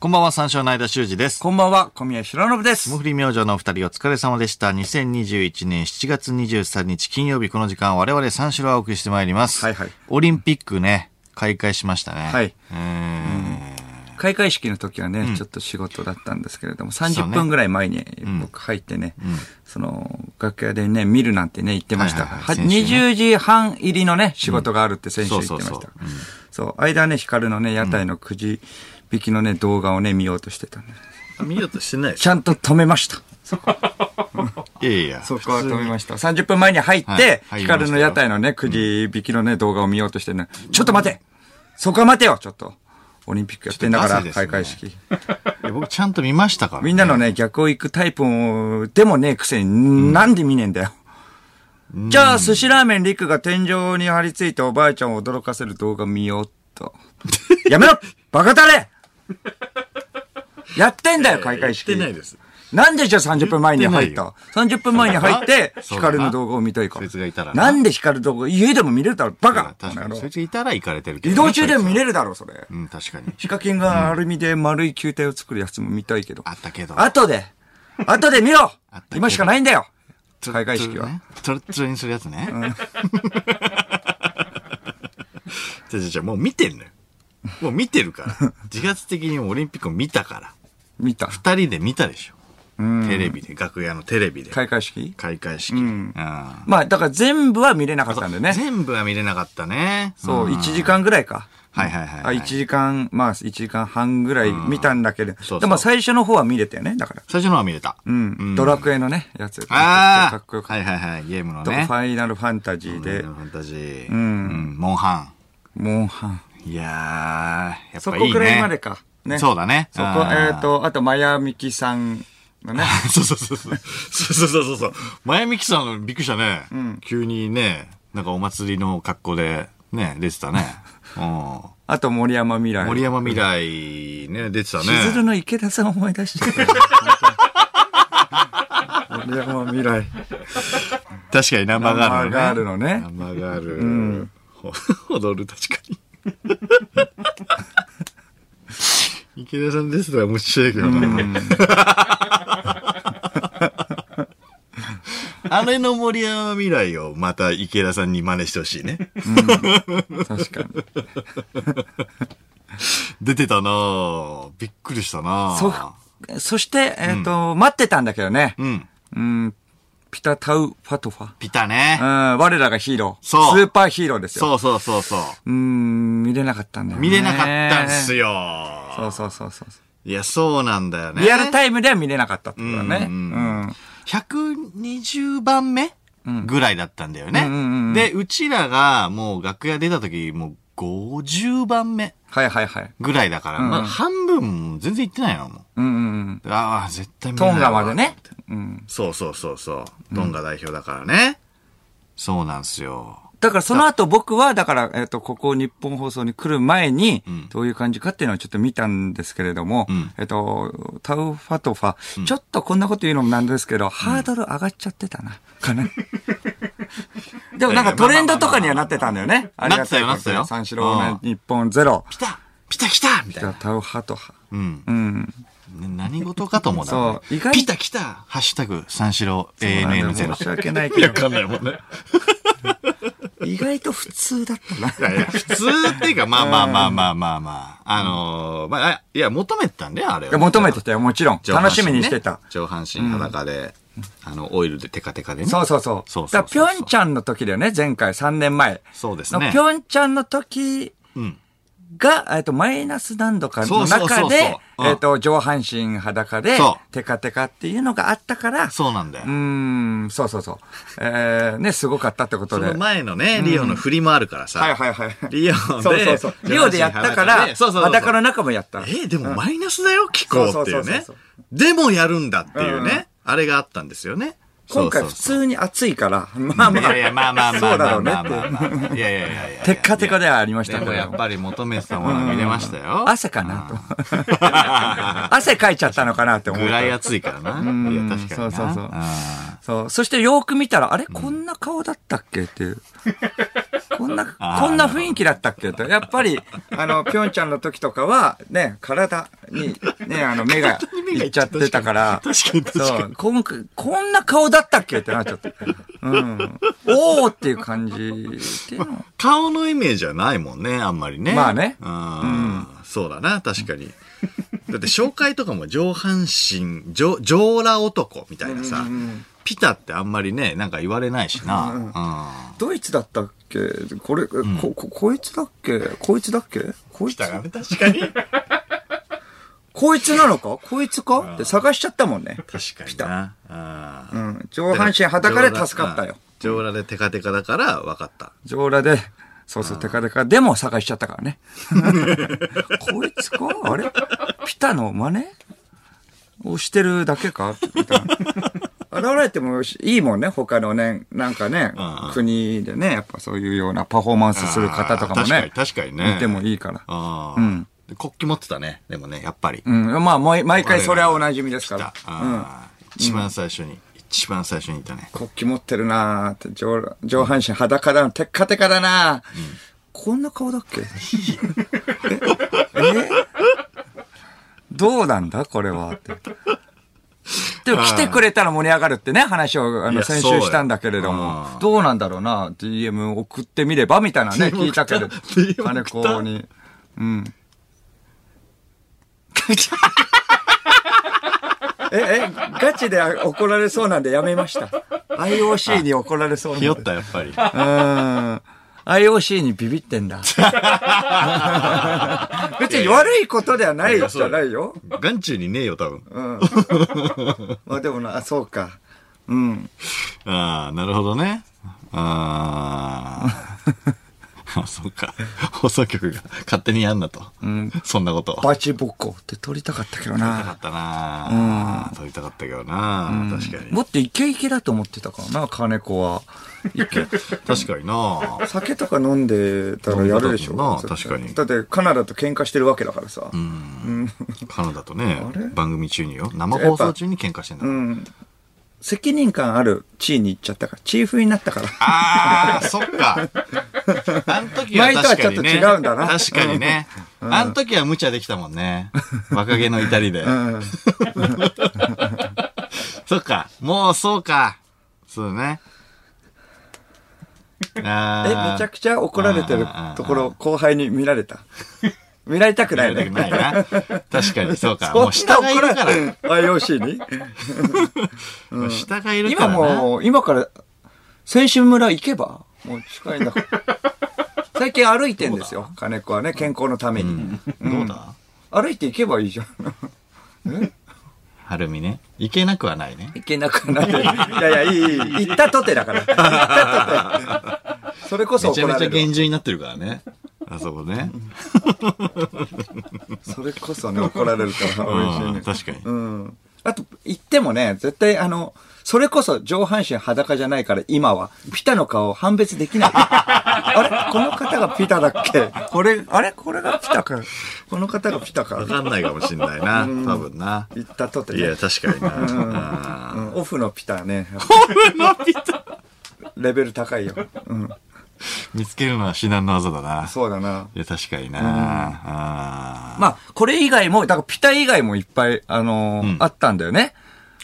こんばんは、三章の間修二です。こんばんは、小宮弘信ですモ。フリ明星のお二人お疲れ様でした。2021年7月23日金曜日この時間我々三種類をお送りしてまいります。はいはいオリンピックね、開会しましたね。はい。うーん。開会式の時はね、ちょっと仕事だったんですけれども、そう30ね分ぐらい前に僕入ってね、その、楽屋でね、見るなんてね、言ってましはた。いはいはいは先週ね20時半入りのね、仕事があるって先週言ってましそうそたうそううん。そう、間ね、光のね、屋台のくじ引きのね、動画をね、見ようとしてたんで、見ようとしてないちゃんと止めました。いやいや。そこは止めました。30分前に入っはいて、入りましたよ光の屋台のね、くじ引きのね、動画を見ようとしてね、ちょっと待てそこは待てよちょっと。オリンピックやってんだかちょっら、とダサい開会ですね式。いや僕ちゃんと見ましたから、みんなのね、逆を行くタイプも、でもねえくせに、なんで見ねえんだよ。じゃあ、寿司ラーメンリクが天井に張り付いておばあちゃんを驚かせる動画見ようっと。やめろバカたれやってんだよ、開会式。やってないです。なんでじゃあ30分前に入っやた ?30 分前に入って、そうだな光の動画を見たいかそいつがいたらら。ななんで光の動画、家でも見れるだろバカ確かこのに。野そ郎いついたら行かれてるけど、移動中でも見る。れるだろ、それ。うん、確かに。ヒカキンがアルミで丸い球体を作るやつも見たいけど。あったけど。後で、後で見ろあったけど今しかないんだよツル開会式は。ツルねツルツルにするやつね。じゃじゃじゃもう見てんのよ。もう見てるから。自発的にオリンピックを見たから。見た。二人で見たでしょ。テレビで、楽屋のテレビで。開会式開会式。うんまあ、だから全部は見れなかったんだよね。全部は見れなかったね。そう、ん1時間ぐらいか。はいはいはいあはい。 1時間、まあ、1時間半ぐらい見たんだけどそうそう、でも最初の方は見れたよね、だから。最初のは見れた。ううん。ドラクエのね、やつ。ああかっこよかはっいはいはい。ゲームのた。とかね。ファイナルファンタジーでフ、ァンタジー。うん。モンハモンハン。ン。いやー、やっそぱこいいね。くらいまでか。ね。そうだねそこうん、えっと、あと、マヤミキさんのね。 そうそうそうそう。そうそうそうそう。前みきさんびっくりしたね。急にね、なんかお祭りの格好で、ね、出てた ね。うあと、森山未来。ん。森山未来、ね、出てたね。しずるの池田さん思い出して くれ森山未来。確かに生ガール、ね。生ガールのね生ガール。うん。踊る、確かに。 池田さんですとは面白いけどな。 あれの森山未来をまた池田さんに真似してほしいね。確かに。出てたなぁ。びっくりしたなぁ。そ、そして、えっ、と、待ってたんだけどね。うん。うん、ピタタウファトファ。ピタうね。ん、我らがヒーロー。そうスーパーヒーローですよ。そうそうそうそう。う。ん、見れなかったんだよね。見れなかったんすよ。よ。そうそうそうそう。いや、そうなんだよね。リアルタイムでは見れなかったってことだね。ううんん。 120番目ぐらいだったんだようんうんうんね。うんで、うちらがもう楽屋出た時、もう50番目はいはいはい。ぐらいだから、まあ半分全然行ってないのもうんうんうん。う。ああ、絶対見れトないンわガまでね。うん。そうそうそうそう。トンガ代表だからね。そうなんすよ。だからその後僕は、だから、えっ、と、ここ日本放送に来る前にん、どういう感じかっていうのをちょっと見たんですけれども、んえっ、と、タウファトファ、ちょっとこんなこと言うのもなんですけど、ハードル上がっちゃってたな、かな。でもなんかトレンドとかにはなってたんだよね。まあまあまあまあなってたよなってたよ三四郎の日本ゼロ。来た来た来たみたいな。タウファトファ。うん。うん。ね何事かと思うな。そう意外ピタ来たハッシュタグ、三四郎なん ANN だゼよロ。申し訳 ないけど、かんないもんね。意外と普通だったな。いやいや普通っていうか、まあまあまあまあまあまあ。あのー、まあ、いや、求めてたんだよ、あれいは。や求めてたよ、もちろん。上半身ね楽しみにしてた。上半身裸で、あの、オイルでテカテカでね。そうそうそう。そうそうそうだからピョンチャンの時だよね、前回、3年前。そうですねのピョンチャンの時うん。が、えっと、マイナス何度かそのうそうそうそ中うで、うんえっと、上半身裸でそ、テカテカっていうのがあったから、そうなんだよう。ーん、そうそうそう。えー、ね、すごかったってことそで。の前のね、リオの振りもあるからさ。はいはいはい。リオそうそうでそう。、リオでやったか上半身裸でら、そうそうそう。裸の中もやった。えーでもマイナスだよ、気候っていそううそうそうねそう。でもやるんだっていううんね。あれがあったんですよね。今回そう普そうそう通に暑いから、まあまあ。いやいや、まあまあまあ。そうだろうねまあまあっまあまあいやいやいやいや。て。テカテカではありましでたけもやどっ。ぱり求めてたものが見れましたよ。汗かなと。 汗かいちゃったのかなって思ぐう。らい暑いからな。いや、確かにな。そうそうそうあそう。そしてよく見たら、あれこんな顔だったっけっていう。ここんな、あーこんな雰囲気だったっけと。やっぱり、あの、ぴょんちゃんの時とかは、ね、体に、ね、あの、目がいっちゃってたから。確かに確かにそう、こん、こんな顔だったっけってなっちゃった。うん。おーっていう感じっていうの。顔のイメージはないもんね、あんまりね。まあねうん。そうだな、確かに。だって紹介とかも上半身、上、上裸男みたいなさ、ピタってあんまりね、なんか言われないしな。うんドイツだったっけこれ、こ、こ、こいつだっけこいつだっけこいつピタがね、確かに。確かこいつなのかこいつかって探しちゃったもんね。にな。あうーん。上半身裸で助かったよ。。上裸でテカテカだから分かった。上裸で、そうそう、テカテカ。でも探しちゃったからね。 こいつかあれピタの真似をしてるだけかみたいな。現れてもいいもんね、他のね、なんかねうん、国でね、やっぱそういうようなパフォーマンスする方とかもあーね、確かに確かにね見てもいいから。ああ。で国旗持ってたね、でもね、やっぱり。うん、まあ、毎毎回それはおなじみですかだら。あー一番最初に、一番最初にい たね。国旗持ってるなーって、上上半身裸だな、テッカテカだなー、こんな顔 だっけええどうなんだこれはって。でもあー来てくれたら盛り上がるってね、話をあいのや先そう週よしたんだけれどもう、んどうなんだろうな、DM 送ってみればみたいなね、 DM 聞いたけど送った、DM 金送った子に。え、え、ガチで怒られそうなんでやめま した。IOC に怒られそうなんひでよ。った、やっぱり。うーん IOC にビビって んだ。別に悪いことではないじゃないよ。眼中にねえよ、多分。まあでもな、あそうか。うん。ああ、なるほどね。あ あ。あそうか。放送局が勝手にやんなと。そんなこと。バチボコって撮りたかったけど撮りたかな。ったな撮りたかったけどな確かに。もっとイケイケだと思ってたからな、金子は。イ ケ確かにな酒とか飲んでたらやるでしょ。飲んだと思うな絶対確かにだってカナダと喧嘩してるわけだからさ。カナダとねれ、番組中によ。生放送中に喧嘩してんだ。責任感ある地位に行っちゃったから、チーフになったから。ああ、そっか。あの時は前とは確ちかょっにとね。違うんだな確かにね。あの時は無茶できたもんね。若気の至りで。 そっか。もうそうか。そうだね。あえ、ーめちゃくちゃ怒られてるところ、後輩に見られた。見られたくなやいりたくね。ないな。確かにそうか。そんもなう下がいるから。怒られ IOC にもう下がいるか今らな。もう、今から、選手村行けばもう近 いんだから。最近歩いてんですよ、金子はね、健康のために。どうだ歩いて行けばいいじゃん。 はるみね。いけなくはないね。行けなくなって。いやいや、いい、いい。行ったと てだから。行ったとて。それこそめち怒ゃめらちゃれるわ。厳重になってるからね。あそこね。それこそね、怒られるから、IOC うんに。確かに。うん。あと、言ってもね、絶対あの、それこそ上半身裸じゃないから今は、ピタの顔判別できない。 あれこの方がピタだっけこれ、あれこれがピタか。この方がピタわか。かんないかもしんないな。多分な。言ったとていや、ね。確かにな。うん、オフのピタね。うんレベル高いよ。うん。見つけるのは至難の技だな。そうだな。いや、確かにな。あまあ、これ以外も、だからピタ以外もいっぱい、あのーあったんだよね。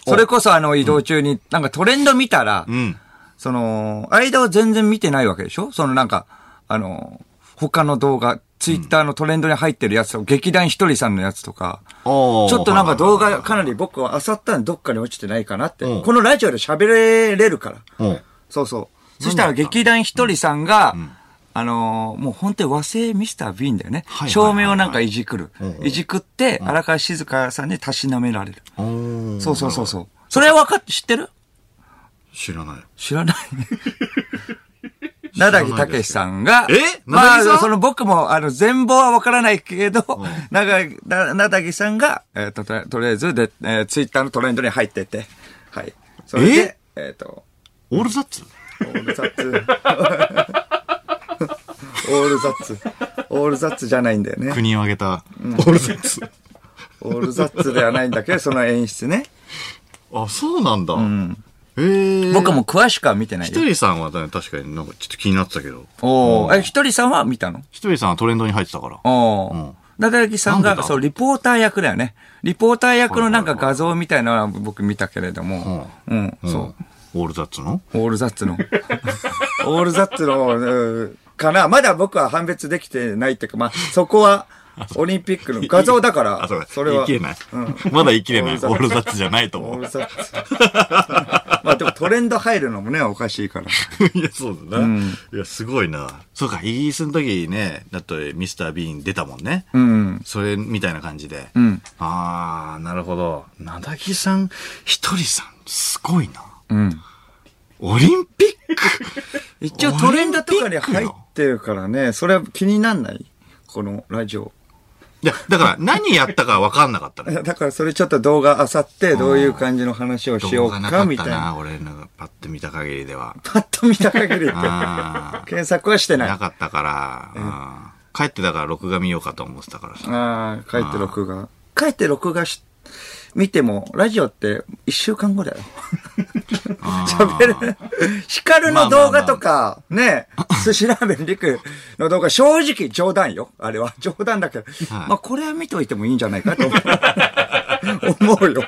それこそあの移動中に、なんかトレンド見たら、ーうん。その、間は全然見てないわけでしょそのなんか、あの、他の動画、ツイッターのトレンドに入ってるやつとか、劇団ひとりさんのやつとか、おーちょっとなんか動画かなり僕は漁ったんでどっかに落ちてないかなって、うんこのラジオで喋れれるから。おうそうそう。そしたら劇団ひとりさんが、あのーもう本当に和製ミスター・ビーンだよね。はいはいはいは照い明をなんかいじくる。うんいじくって、荒川静香さんにたしなめられる。おーそうそうそうそう。それは分かって、知ってる知らない。 知らない。なだぎたけしさんが、知らないですけどえまなだぎさあ、んその僕も、あの、全貌はわからないけど、ながななだぎさんが、えっ、とと、とりあえずで、えーツイッターのトレンドに入ってて、はい。それで、えっ、と、オールザッツオールザッツ。 オールザッツ。オールザッツじゃないんだよね。国を挙げた。オールザッツ。オールザッツではないんだけど、その演出ね。あ、そうなんだ。ええ。僕はもう詳しくは見てないひよと。りさんはね確かになんかちょっと気になってたけど。うおんーえ、ひとりさんは見たのひとりさんはトレンドに入ってたから。おうんー中垣さんなんでが、だそう、リポーター役だよね。リポーター役のなんか画像みたいなのは僕見たけれども。うん、そう。うん。オールザッツのオールザッツの。 オールザッツの、うんかな。まだ僕は判別できてないっていうか、まあ、そこは、オリンピックの画像だから、あ、そうだ。それ言は。い切れない。まだ言い切れ ない。オオールザッールザツッツじゃないとオ思ーうル。ザッツ。 まあでもトレンド入るのもね、おかしいから。 いや、そうだな。いや、すごいな。そうか、イギリスの時ね、だってミスター・ビーン出たもんね。うん。それみたいな感じで。んあー、なるほど。なだぎさん、ひとりさん、すごいな。うん。オリンピック一応トレンドとかに入ってるからね、それは気になんないこのラジオ。いや、だから何やったか分かんなかったいね。 やだからそれちょっと動画あさって、どういう感じの話をしよ動う画なかか、っみたたいな。な、俺のがパッと見た限りでは。パッと見た限りであー検索はしてない。なあかった から、うん帰ってだから録画見ようかと思ってたからさ。あー、帰って録画。帰って録画し、見ても、ラジオって一週間後だよ。喋る。ヒカルの動画とか、ね、寿司ラーメンリクの動画、正直冗談よ。あれは。冗談だけど。はいまあ、これは見といてもいいんじゃないかと 思う思うよ。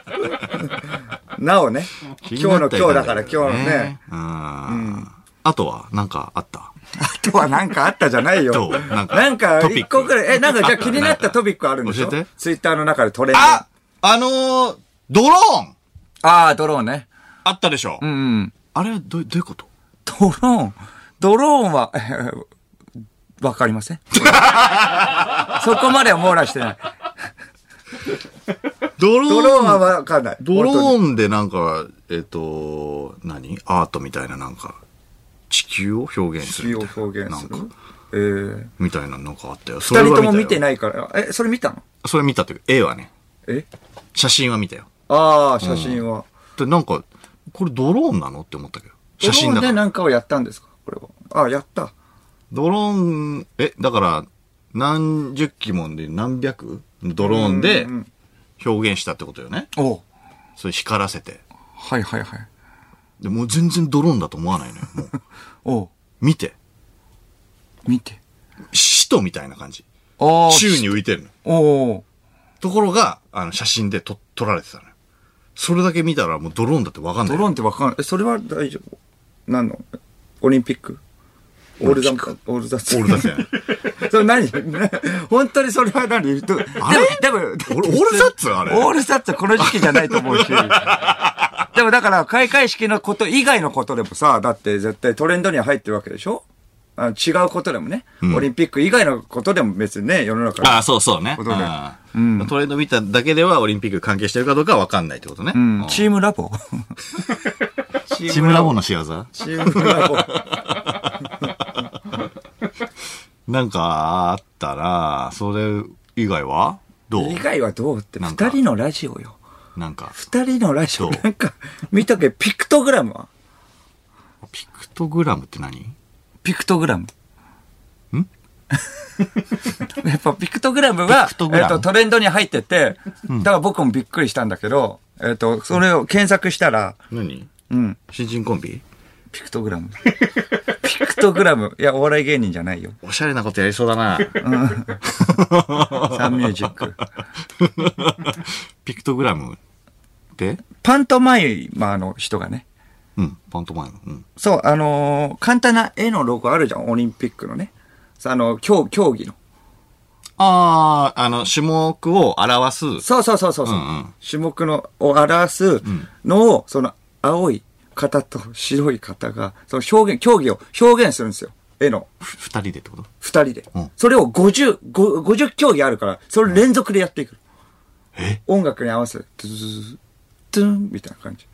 なおね、 気今にな日のっ今て日はいただんからけ今ど日のね。。うん。あとは、なんかあったあとはなんかあったじゃな いよ。どうななんんかか、トピッ一ク個くらい、え、なんかじゃああった気になったトピックあるんでしょ教えてツイッターの中でトレンド。ああのー、ドローンあー、ドローンね。あったでしょ、うん。あれ、どう、どういうことドローン。ドローンは、え ーわかりません。 そこまでは網羅してない。ドローンドローンはわかんない。ドロン。ーンでなんか、えっ、と、何アートみたいななんか、地球を表現す地球るをみたいな。表現するなんか、。えーみたいななんかあったよ。そ二人とも見てい。ないから。え、それ見たのそれ見たというか、絵はね、え写真は見たよ。ああ、写真は。で、なんか、これドローンなのって思ったけど。写真だドロかーンでら。なんかをやったんですかこれは。ああ、やった。ドローン、え、だから、何十機もんで何百ドローンでうんうん表現したってことよね。おそれ光らせて。はいはいはい。でもう全然ドローンだと思わないのよ。もう お見て。見て。使徒みたいな感じ。ああ、宙に浮いてるの。おーところが、あの、写真で撮、撮られてたのよ。それだけ見たらもうドローンだってわかんない。ドローンってわかんない。え、それは大丈夫。何のオリンピックオールザッツ。オールザッツ。俺だってな い。それ何 本当にそれは何どでも、でも、俺、オールザッツあれ。オールザッツこの時期じゃないと 思うし。でもだから、開会式のこと以外のことでもさ、だって絶対トレンドには入ってるわけでしょあの違うことでもね、オリンピック以外のことでも別にね、世の中にああ、そうそうね。ことでうんトレンド見ただけではオリンピック関係してるかどうかは分かんないってことね。うんチームラボチチームラボの仕業チームラ ボ。なんかあったら、それ以外はどう以外はどうって、なん二か人のラジオよ。なんか、二人のラジどオ、うなんか、見とけ、ピクトグラムはピクトグラムって何ピクトグラム。ん やっぱピクトグラムはピクト、グえラっムと、トレンドに入ってて、だから僕もびっくりしたんだけど、えっと、それを検索したら、何うん、新人コンビピクトグラ ム。ピクトグラム。いや、お笑い芸人じゃ ないよ。おしゃれなことやりそうだな。サンミュージック。 ピクトグラムってパントマイマーの人がね、うん、パントマイム。うん。そう、あのー簡単な絵のロゴあるじゃん、オリンピックのね。さあの、競競技の。ああ、あの、種目を表す。そうそうそうそうそう、うんうん種目のを表すのを、その青い方と白い方が、その表現、競技を表現するんですよ。絵のふ二人でってこと二人で、うんそれを50、ご50競技あるから、それ連続でやっていく。え音楽に合わせて、トゥズズズトゥンみたいな感じ。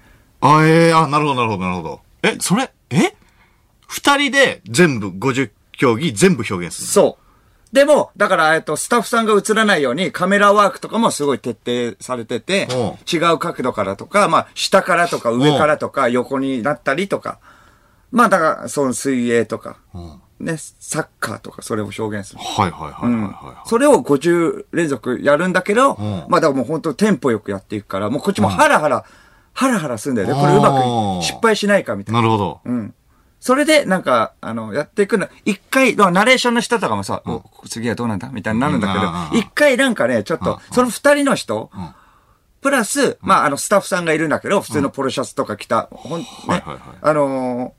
あ、ええあ、なるほど、なるほど、なるほど。え、それ、え二人で全部、50競技全部表現するそう。でも、だから、えっと、スタッフさんが映らないように、カメラワークとかもすごい徹底されてておう、違う角度からとか、まあ、下からとか、上からとか、横になったりとか、まあ、だから、その水泳とか、のうん。ね、サッカーとか、それを表現する。はいはいはいはいはそれを50連続やるんだけど、んまあ、だからもう本当テンポよくやっていくから、もうこっちもハラハラ、ハラハラするんだよね。これうまあーく失敗しないかみたいな。なるほど。うん。それで、なんか、あの、やっていくの。一回、だからナレーションの人とかもさ、お、次はどうなんだみたいになるんうんうんだうけんど、一回なんかね、ちょっと、その二人の人ん、プラス、まあ、あの、スタッフさんがいるんだけど、普通のポロシャツとか着た、ほん、ねはいはいはい、あの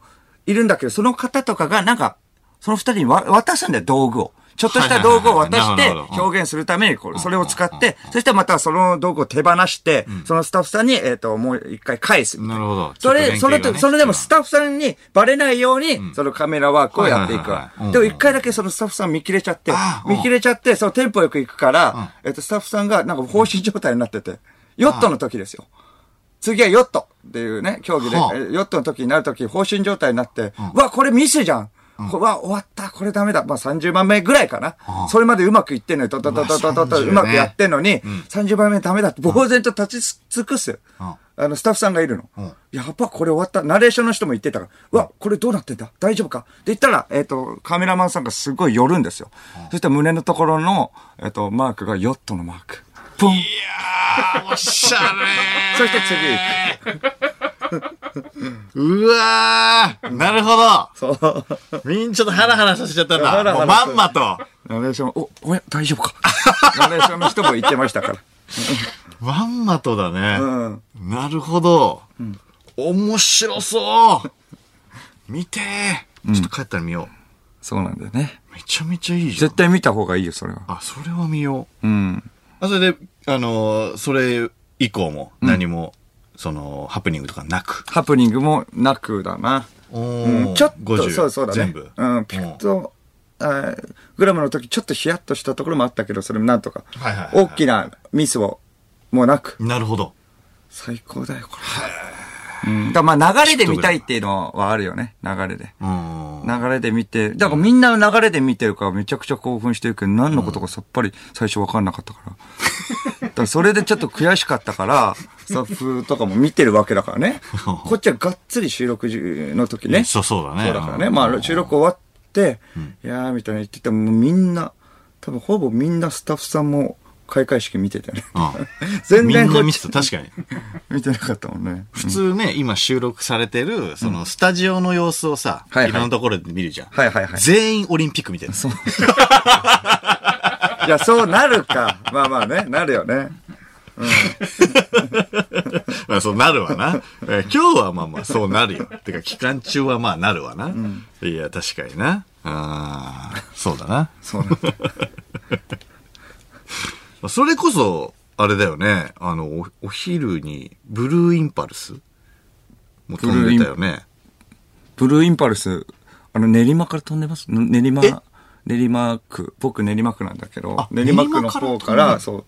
ー、いるんだけど、その方とかが、なんか、その二人にわ渡すんだよ、道具を。ちょっとした道具を渡はいはいしはいてなるほど、表現するために、これ、それを使って、そしてまたその道具を手放して、そのスタッフさんに、えっと、もう一回返すみたいななるほど。そちょれ、っそ連携れがと、ねそれでもスタッフさんにバレないように、そのカメラワークをやっていくはいはいわはいはい。でも一回だけそのスタッフさん見切れちゃってあ、うん見切れちゃって、そのテンポよく行くから、えっと、スタッフさんがなんか放心状態になってて、ヨットの時ですよ。次はヨットっていうね、競技で、えはあーヨットの時になる時、放心状態になって、うわ、これミスじゃん。うわ、終わった、これダメだ。まあ、30番目ぐらいかな。それまでうまくいってんのに、ととととととうわ30ねうまくやってんのに、30番目ダメだって、呆然と立ち尽くす。んあの、スタッフさんがいるの。やっぱこれ終わった。ナレーションの人も言ってたから、うわ、これどうなってんだ大丈夫かって言ったら、えっ、と、カメラマンさんがすごい寄るんですよ。そしたら胸のところの、えっ、と、マークがヨットのマーク。ポンいやー、おしゃれそして次行く。ー。 うわー、なるほど。みんなちょっとハラハラさせちゃったハな。ラもハうラますんるまと、ナレーション、お、おや、大丈夫か。ナレーションの人も言ってましたから。まんまとだ ね。うん。なるほど。面白そう。見てー。ちょっと帰ったら見よそうなんだよね。う。めちゃめちゃいいじゃん絶。対見た方がいいよ、それは。あ、それは見よう。うん。あそれで、あのーそれ以降も何も、その、ハプニングとかなく。ハプニングもなくだな。うんちょっと、 50そうそうだね。全部。うん、ピクッと、あーグラムの時ちょっとヒヤッとしたところもあったけど、それもなんとか。はいはいはいはい大きなミスを、もうなく。うんなるほど。最高だよ、これ。うん。だからまあ流れで見たいっていうのはあるよね、流れで。うん。流れで見て、だからみんな流れで見てるからめちゃくちゃ興奮してるけど、何のことかさっぱり最初わかんなかったから。だ からそれでちょっと悔しかったから、スタッフとかも見てるわけだか らね。こっちはがっつり収録の時ね。そうそうだね。そうだからね。まあ、収録終わって、いやーみたいな言ってても、みんな、多分ほぼみんなスタッフさんも開会式見てたよね。うん 全み然んこなっ見ちせた、確かに。見てなかったもんね。普通ね、今収録されてる、その、スタジオの様子をさ、はいはいいろんなところで見るじゃん。はいはいはい。全員オリンピックみたいな。いや、そうなる か。まあまあね、なるよね。まあそうなるわな。えー今日はまあまあそうなるよ。てか期間中はまあなるわな。いや、確かにな。ああ、そうだな。そう なんだそれこそ、あれだよね。あの、おお昼にブルーインパルスも飛んでたよね。ブルーインパルス、あの、練馬から飛んでますん練馬え、練馬区。僕練馬区なんだけどあ、練馬区練の馬方かから飛んでるら、そう、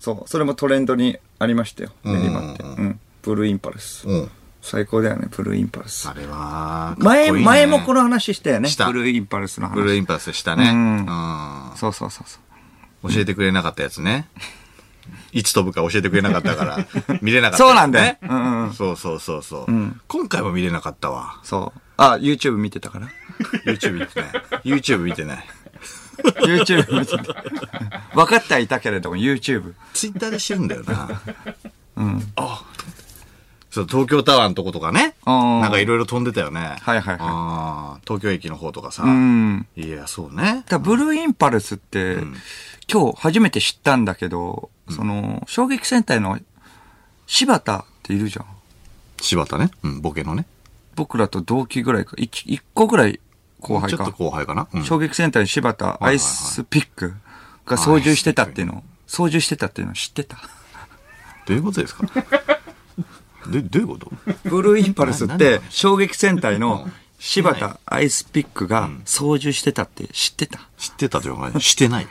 そう、それもトレンドにありましたよ。ん練馬って。うん。ブルーインパルス。うん。最高だよね、ブルーインパルス。あれは、かっこいい前、ね前もこの話したよねした。ブルーインパルスの話。ブルーインパルスしたね。うんうんそうそうそうそう。教えてくれなかったやつね。いつ飛ぶか教えてくれなかったから、 見れなかった、そうなんだよ。うね。んうん。そうそうそうそう、今回も見れなかったわ。そう。あ、YouTube 見てたから YouTube 見てない。YouTube 見てない。 ?YouTube 見てた。分かってはいたけれども、YouTube。 Twitter でしてるんだよな。うん。あそう、東京タワーのとことかね。あーなんかいろいろ飛んでたよね。はいはいはいあー東京駅の方とかさ。うん。いや、そうね。だブルーインパルスって、今日初めて知ったんだけど、その、衝撃戦隊の柴田っているじゃん。柴田ね。うん、ボケのね。僕らと同期ぐらいか、一一個ぐらい後輩ちょっとか。後輩かな。うん衝撃戦隊の柴田、アイスピックが操縦してたっていうの、操縦してたっていうの知ってたどういうことですかどどういうことブルーインパルスっななんてだ衝撃戦隊の柴な田アイスピックが操縦してたって知ってた、知ってたというか、してない。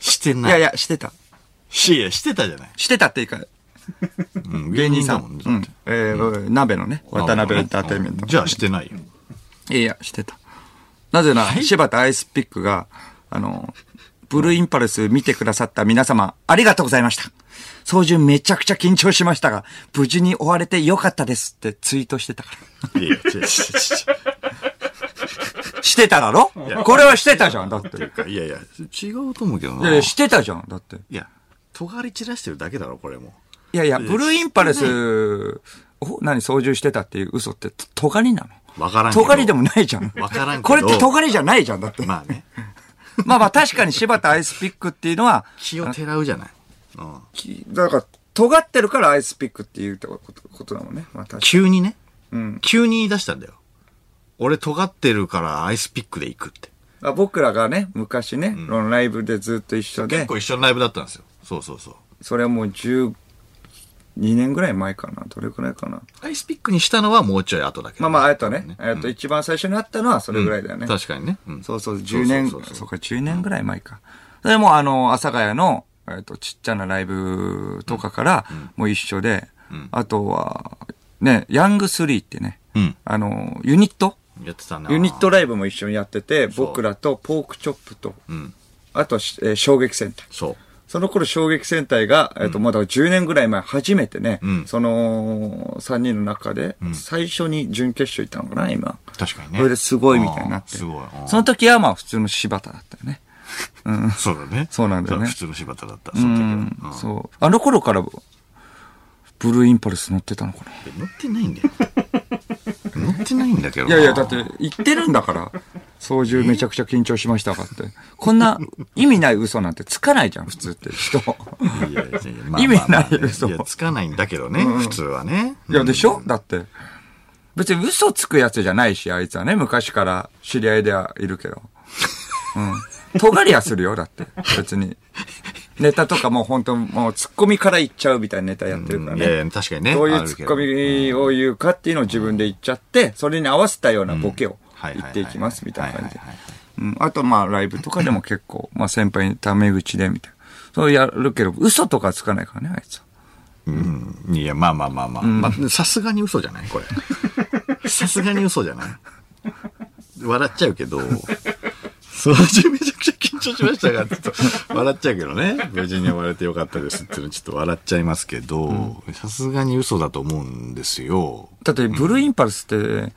してないい。やいや、してた。しいや、してたじゃない。してたっていうか、うん芸人さだもん。ねうだっんて。えー鍋のね、渡辺エンターテインメント。じゃあしてないよ。いやいや、してた。なぜなら、柴田アイスピックが、あの、ブルーインパルス見てくださった皆様、ありがとうございました。操縦めちゃくちゃ緊張しましたが、無事に終われてよかったですってツイートしてたから。いやいや、違う違う違してただろこれはしてたじゃん、だって。いう違う。いやいや、違うと思うけどやいな。や、いしてたじゃん、だって。や、尖り散らしてるだけだろ、これも。いやいや、ブルーインパルスを何操縦してたっていう嘘って、と尖りなのわからんけど。尖りでもないじゃん。わからんけどこれって尖りじゃないじゃん、だって。ま あね。まあまあ確かに柴田アイスピックっていうのは、気をてらうじゃない。うん。きだから、尖ってるからアイスピックっていうってことことだもんね。まあ確かに。急にね。うん。急に言い出したんだよ。俺尖ってるからアイスピックで行くって。あ僕らがね、昔ね、ロンライブでずっと一緒で結、構一緒のライブだったんですよ。そうそうそう。それはもう12年ぐらい前かな。どれくらいかな。アイスピックにしたのはもうちょい後だけど。まあまあ、あやとね、あえやと一番最初にあったのはそれぐらいだよね。確かにね。うんそうそう、10年、そそううそうそうか、10年ぐらい前か。それもあの、阿佐ヶ谷の、えっ、と、ちっちゃなライブとかから、もう一緒で、あとは、ね、ヤング3ってね、うんあの、ユニットやってたな。ユニットライブも一緒にやってて、そう僕らとポークチョップと、うん。あとはし、えー衝撃戦隊。そう。その頃衝撃戦隊が、えっ、と、まだ10年ぐらい前、初めてね、うんその、3人の中で、最初に準決勝行ったのかな、今。確かにね。それですごいみたいになって。あーすごい。うんその時はまあ普通の柴田だったよね。そうだね。そうなんだよね普通の柴田だった。その時はうんそう。あの頃から、ブルーインパルス乗ってたのかな。乗ってないんだよ。乗ってないんだけどいな。やいや、だって、言ってるんだから。操縦めちゃくちゃ緊張しましたかって。こんな意味ない嘘なんてつかないじゃん、普通って人。いやいやいやまあまあまあ意味ないよそういや、つかないんだけどね、普通はね。いや、でしょだって。別に嘘つくやつじゃないし、あいつはね、昔から知り合いではいるけど。うん。尖りはするよ、だって。別に。ネタとかもう本当もうツッコミからいっちゃうみたいなネタやってるからいね。やいや、確かにね。どういあうるツけッどコミを言うかっていうのを自分で言っちゃって、それに合わせたようなボケをはいはい言はっていきますみたいな感じでは。ははうんあとまあライブとかでも結構、まあ先輩にタメ口でみたいな。そうやるけど、嘘とかつかないからね、あいつは。うんいや、まあまあまあまあ。まあさすがに嘘じゃないこれ。さすがに嘘じゃない笑っちゃうけど、そのうちめちゃくちゃ緊張しましたが、ちょっと笑っちゃうけどね。無事に終われてよかったですっていうのちょっと笑っちゃいますけど、さすがに嘘だと思うんですよ。だってブルーインパルスって、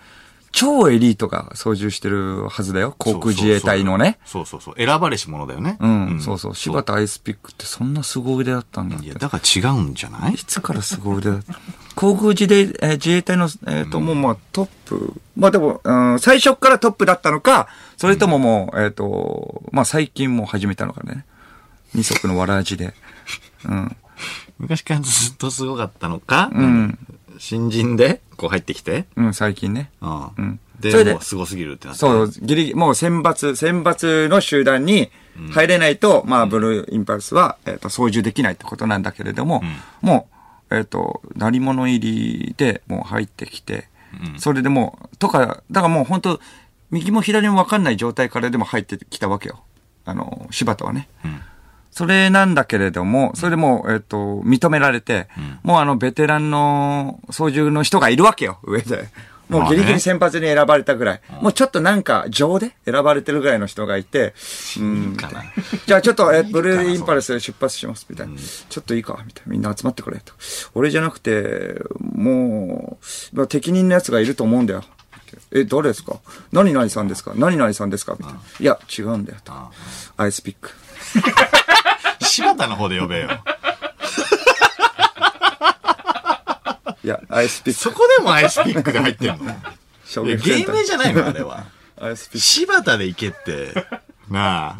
超エリートが操縦してるはずだよ。航空自衛隊のね。そうそうそう。そうそうそう選ばれし者だよね。うん、そうそう。柴田アイスピックってそんな凄腕だったんだっいて。や、いだから違うんじゃないつから凄腕だった航空自衛,、えー自衛隊の、えっ、と、もうまあトップ。まあでも、うん、最初からトップだったのか、それとももう、えっ、と、まあ最近もう始めたのかね。二足のわらじで。うん。昔からずっとすごかったのか、ん新人で、こう入ってきて、うん、最近ね。うんんで、それでもうすごすぎるってなって。そう、ギリギリ、もう選抜、選抜の集団に入れないと、まあ、ブルーインパルスは、えっ、と、操縦できないってことなんだけれども、もう、えっ、と、鳴り物入りでもう入ってきて、それでもう、とか、だからもう本当右も左も分かんない状態からでも入ってきたわけよ。あの、柴田はね。それなんだけれども、それでもう、えっ、と、認められて、もうあの、ベテランの操縦の人がいるわけよ、上で。もうギまあリギねリ先発に選ばれたぐらい。もうちょっとなんか、情で選ばれてるぐらいの人がいて、うん。かな。じゃあちょっと、え、ブルーインパルス出発します、みたいな。ちょっといいか、みたいな。みんな集まってくれ、と。俺じゃなくて、もう、まあ適任のやつがいると思うんだよ。え、誰ですか何々さんですか何々さんですかみたいな。いや、違うんだよ、と。アイスピック。柴田の方で呼べよ。いや、アイスピ ック。そこでもアイスピックが入ってんのい 衝や、撃芸戦隊名じゃないのあれは。アイスピッ柴田で行けって。 なあ。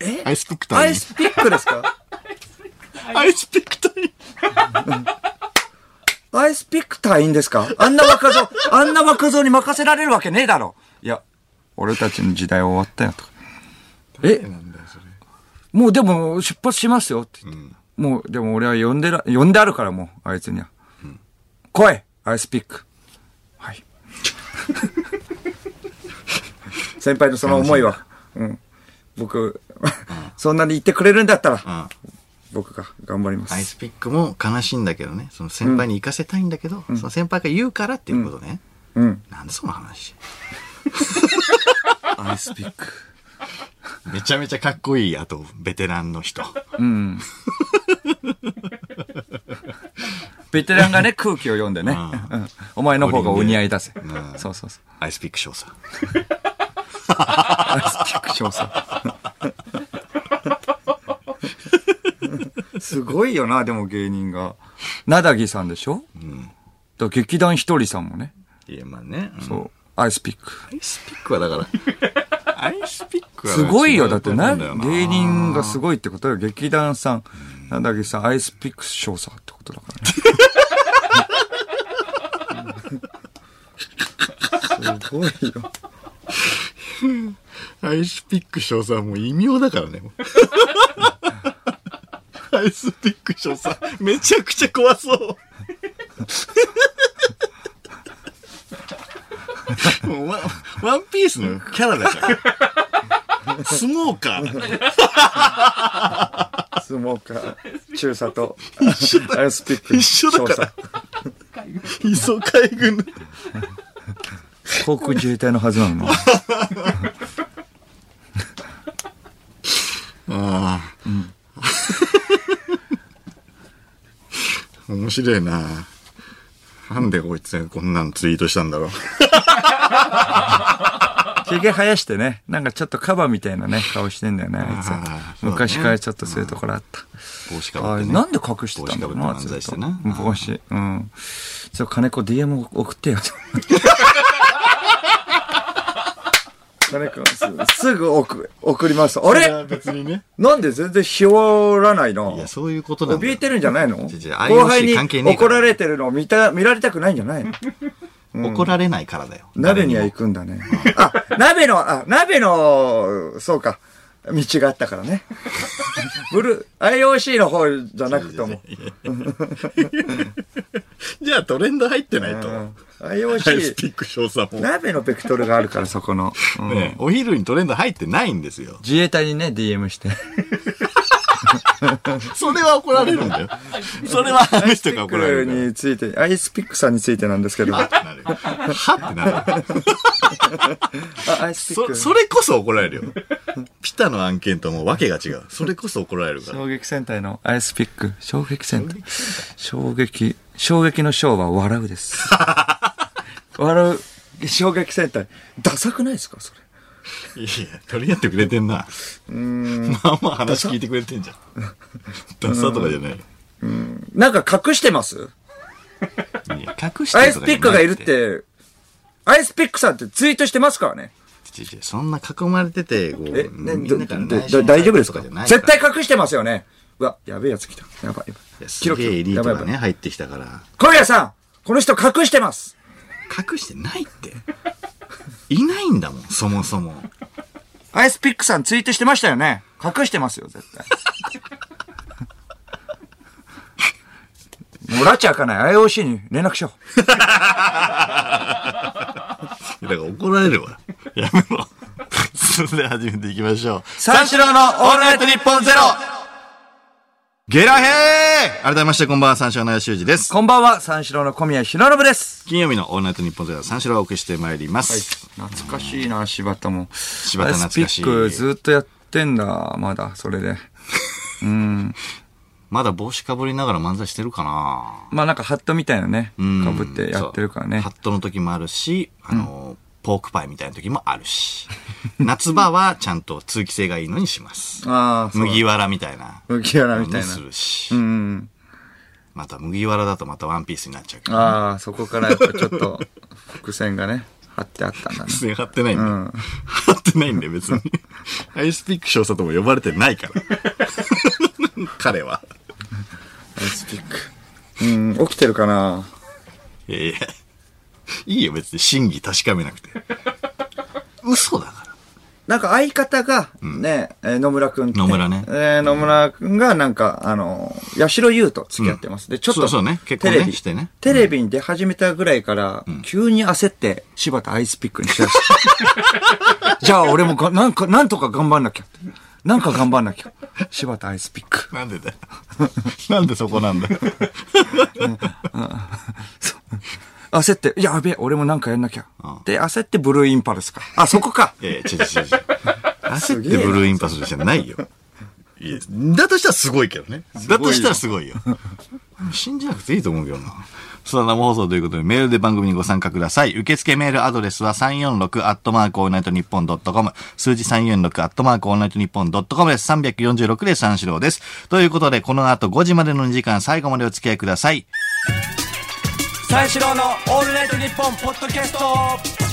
えアイスピックク。ア隊イスピックですかアイスピック隊アイスピック隊員ですかあんな若 造、あんな若造に任せられるわけねえだろ。いや、俺たちの時代は終わったよとか。え、なんだよ、それ。もうでも出発しますよって言って。もう、でも俺は呼んでら、呼んであるからもう、あいつには。来いアイスピック。はい。 先輩のその思いは、うん。僕、そんなに言ってくれるんだったうら、ん。僕が頑張りまアイす。スピックも悲しいんだけどね。その先輩に行かせたいんだけど、その先輩が言うからっていうことね。うん。なんでその話アイスピック。めちゃめちゃかっこいい、あと、ベテランの 人。うん。 ベテランがね、空気を読んでね。うんお前の方がお似合いだぜ。そうそうそう。アイスピック少佐。アイスピック少佐。すごいよな、でも芸人が。なだぎさんでしょうん。だから劇団ひとりさんもね。いや、まあね。うんそう。アイスピック。アイスピックはだから、 アイスピックはすごいよ。だってな、違うと思うんだよ芸人がすごいってことよ。劇団さん、なんだっけさん、アイスピックス少佐ってことだからね。すごいよ。アイスピック少佐はもう異名だからね。もうアイスピック少佐、めちゃくちゃ怖そう。もうワンワンピースのキャラだから。スモーカー。相撲か、中佐と、アイスピック一緒だ から。磯海軍の。航空自衛隊のはずなのに。ああ。面白いな。なんでこいつがこんなんツイートしたんだろう。ひげ生やしてね、なんかちょっとカバみたいなね、顔してんだよね、ああいつ。ー昔からちょっとそういうところあった。帽子あかぶれって、ね。なんで隠してたんだろうな、帽子かぶって漫ずっ才してと。な帽子。うん。そう、金子 DM 送ってよ。金子、すすぐ送、送ります。あそれれは別にね。なんで全然ひよらないのいや、そういうことなんだ怯えてるんじゃないの違う違う IOC 後輩に関係ねえか怒らられてるのを見た、見られたくないんじゃないの怒られないからだよ。鍋には行く。くんだね。あ、鍋の、あ、鍋の、そうか、道があったからね。ブルー、IOC の方じゃなくとも。じゃあトレンド入ってないうと。んハイス IOC、ピック少佐も。鍋のベクトルがあるから、そこの。うんね、お昼にトレンド入ってないんです よ。自衛隊にね、DM して。それは怒られるんだよ。 それはあの人が怒られるから。について、アイスピックさんについてなんですけど、あ、なるよはってなるよアイスピッそク。それこそ怒られるよ。ピタの案件ともう訳が違う。それこそ怒られるから。衝撃戦隊のアイスピック。衝撃戦隊。衝撃。衝撃の章は笑うです。笑う。衝撃戦隊。ダサくないですかそれ。いや、取り合ってくれてんな。まあまあ話聞いてくれてん じゃん。ダサとかじゃない。なんか隠してますいや、隠してアるイスとかじゃなピいックがいるっ。て、アイスピックさんってツイートしてますからね。違う違うそんな囲まれてて、こう、え、みね、んなどからど内緒どに大丈夫ですかとじゃない絶から対隠してますよね。うわ、やべえやつ来た。やばいいやばやい。すげえエリーやトばいがやばね、い。入ってきたから。小宮さんこの人隠してます隠してないって。いないんだもん、そもそも。アイスピックさんツイートしてましたよね。隠してますよ、絶 対。もう、拉致開かない。IOC に連絡しよだから怒られるわ。やめろ。それでは始めていきましょう。う。三四郎のオールナイトニッポンゼロゲラヘー改めましてこんばんは、三四郎の吉修二です。こんばんは、三四郎の小宮弘信です。金曜日のオールナイトニッポンゼロ三四郎をお送りしてまいります。懐かしいな、柴田も。柴田懐かしいアイスピックずっとやってんだ、まだ、それで。まだ帽子かぶりながら漫才してるかなまあなんかハットみたいなね、うんかぶってやってるからそうねハ。ットの時もあるし、あの、ポークパイみたいな時もあるし。 夏場はちゃんと通気性がいいのにします。ああ、そう。麦わらみたいな。麦わらみたいになす。るし。うん。また麦わらだとまたワンピースになっちゃうから。ああ、そこからやっぱちょっと、伏線がね、張ってあったんだね。別に貼ってないんだよ。 貼ってないんだよ、別に。アイスピック少佐とも呼ばれてない から。彼は。アイスピック。うん、起きてるかないやいや。いいよ、別に真偽確かめなくて。嘘だから。なんか相方が、ね、えー野村くんって。野村ねえー野村くんがなんか、あのー、八代優と付き合ってます。で、ちょっと、そうそうね結婚ねテレビしてねテレビに出始めたぐらいから、急に焦って、柴田アイスピックにしだした。 じゃあ俺もが、なんか、なんとか頑張んなきゃ。なんか頑張んなきゃ。柴田アイスピック。なんでだよ。なんでそこなんだよ。焦って、やべえ、俺もなんかやんなきゃ。で、焦ってブルーインパルスか。あ、そこか。いやいや、違 う違う違う。焦っげえてなブルーインパルスじゃないよ。いや、だとしたらすごいけどね。だとしたらすごいよ。信じなくていいと思うけどな。須田生放送ということでメールで番組にご参加ください。受付メールアドレスは346アットマークオールナイトニッポンドットコム。数字346アットマークオールナイトニッポンドットコムです。346で三四郎です。ということで、この後5時までの2時間最後までお付き合いください。三四郎のオールナイトニッポンポッドキャスト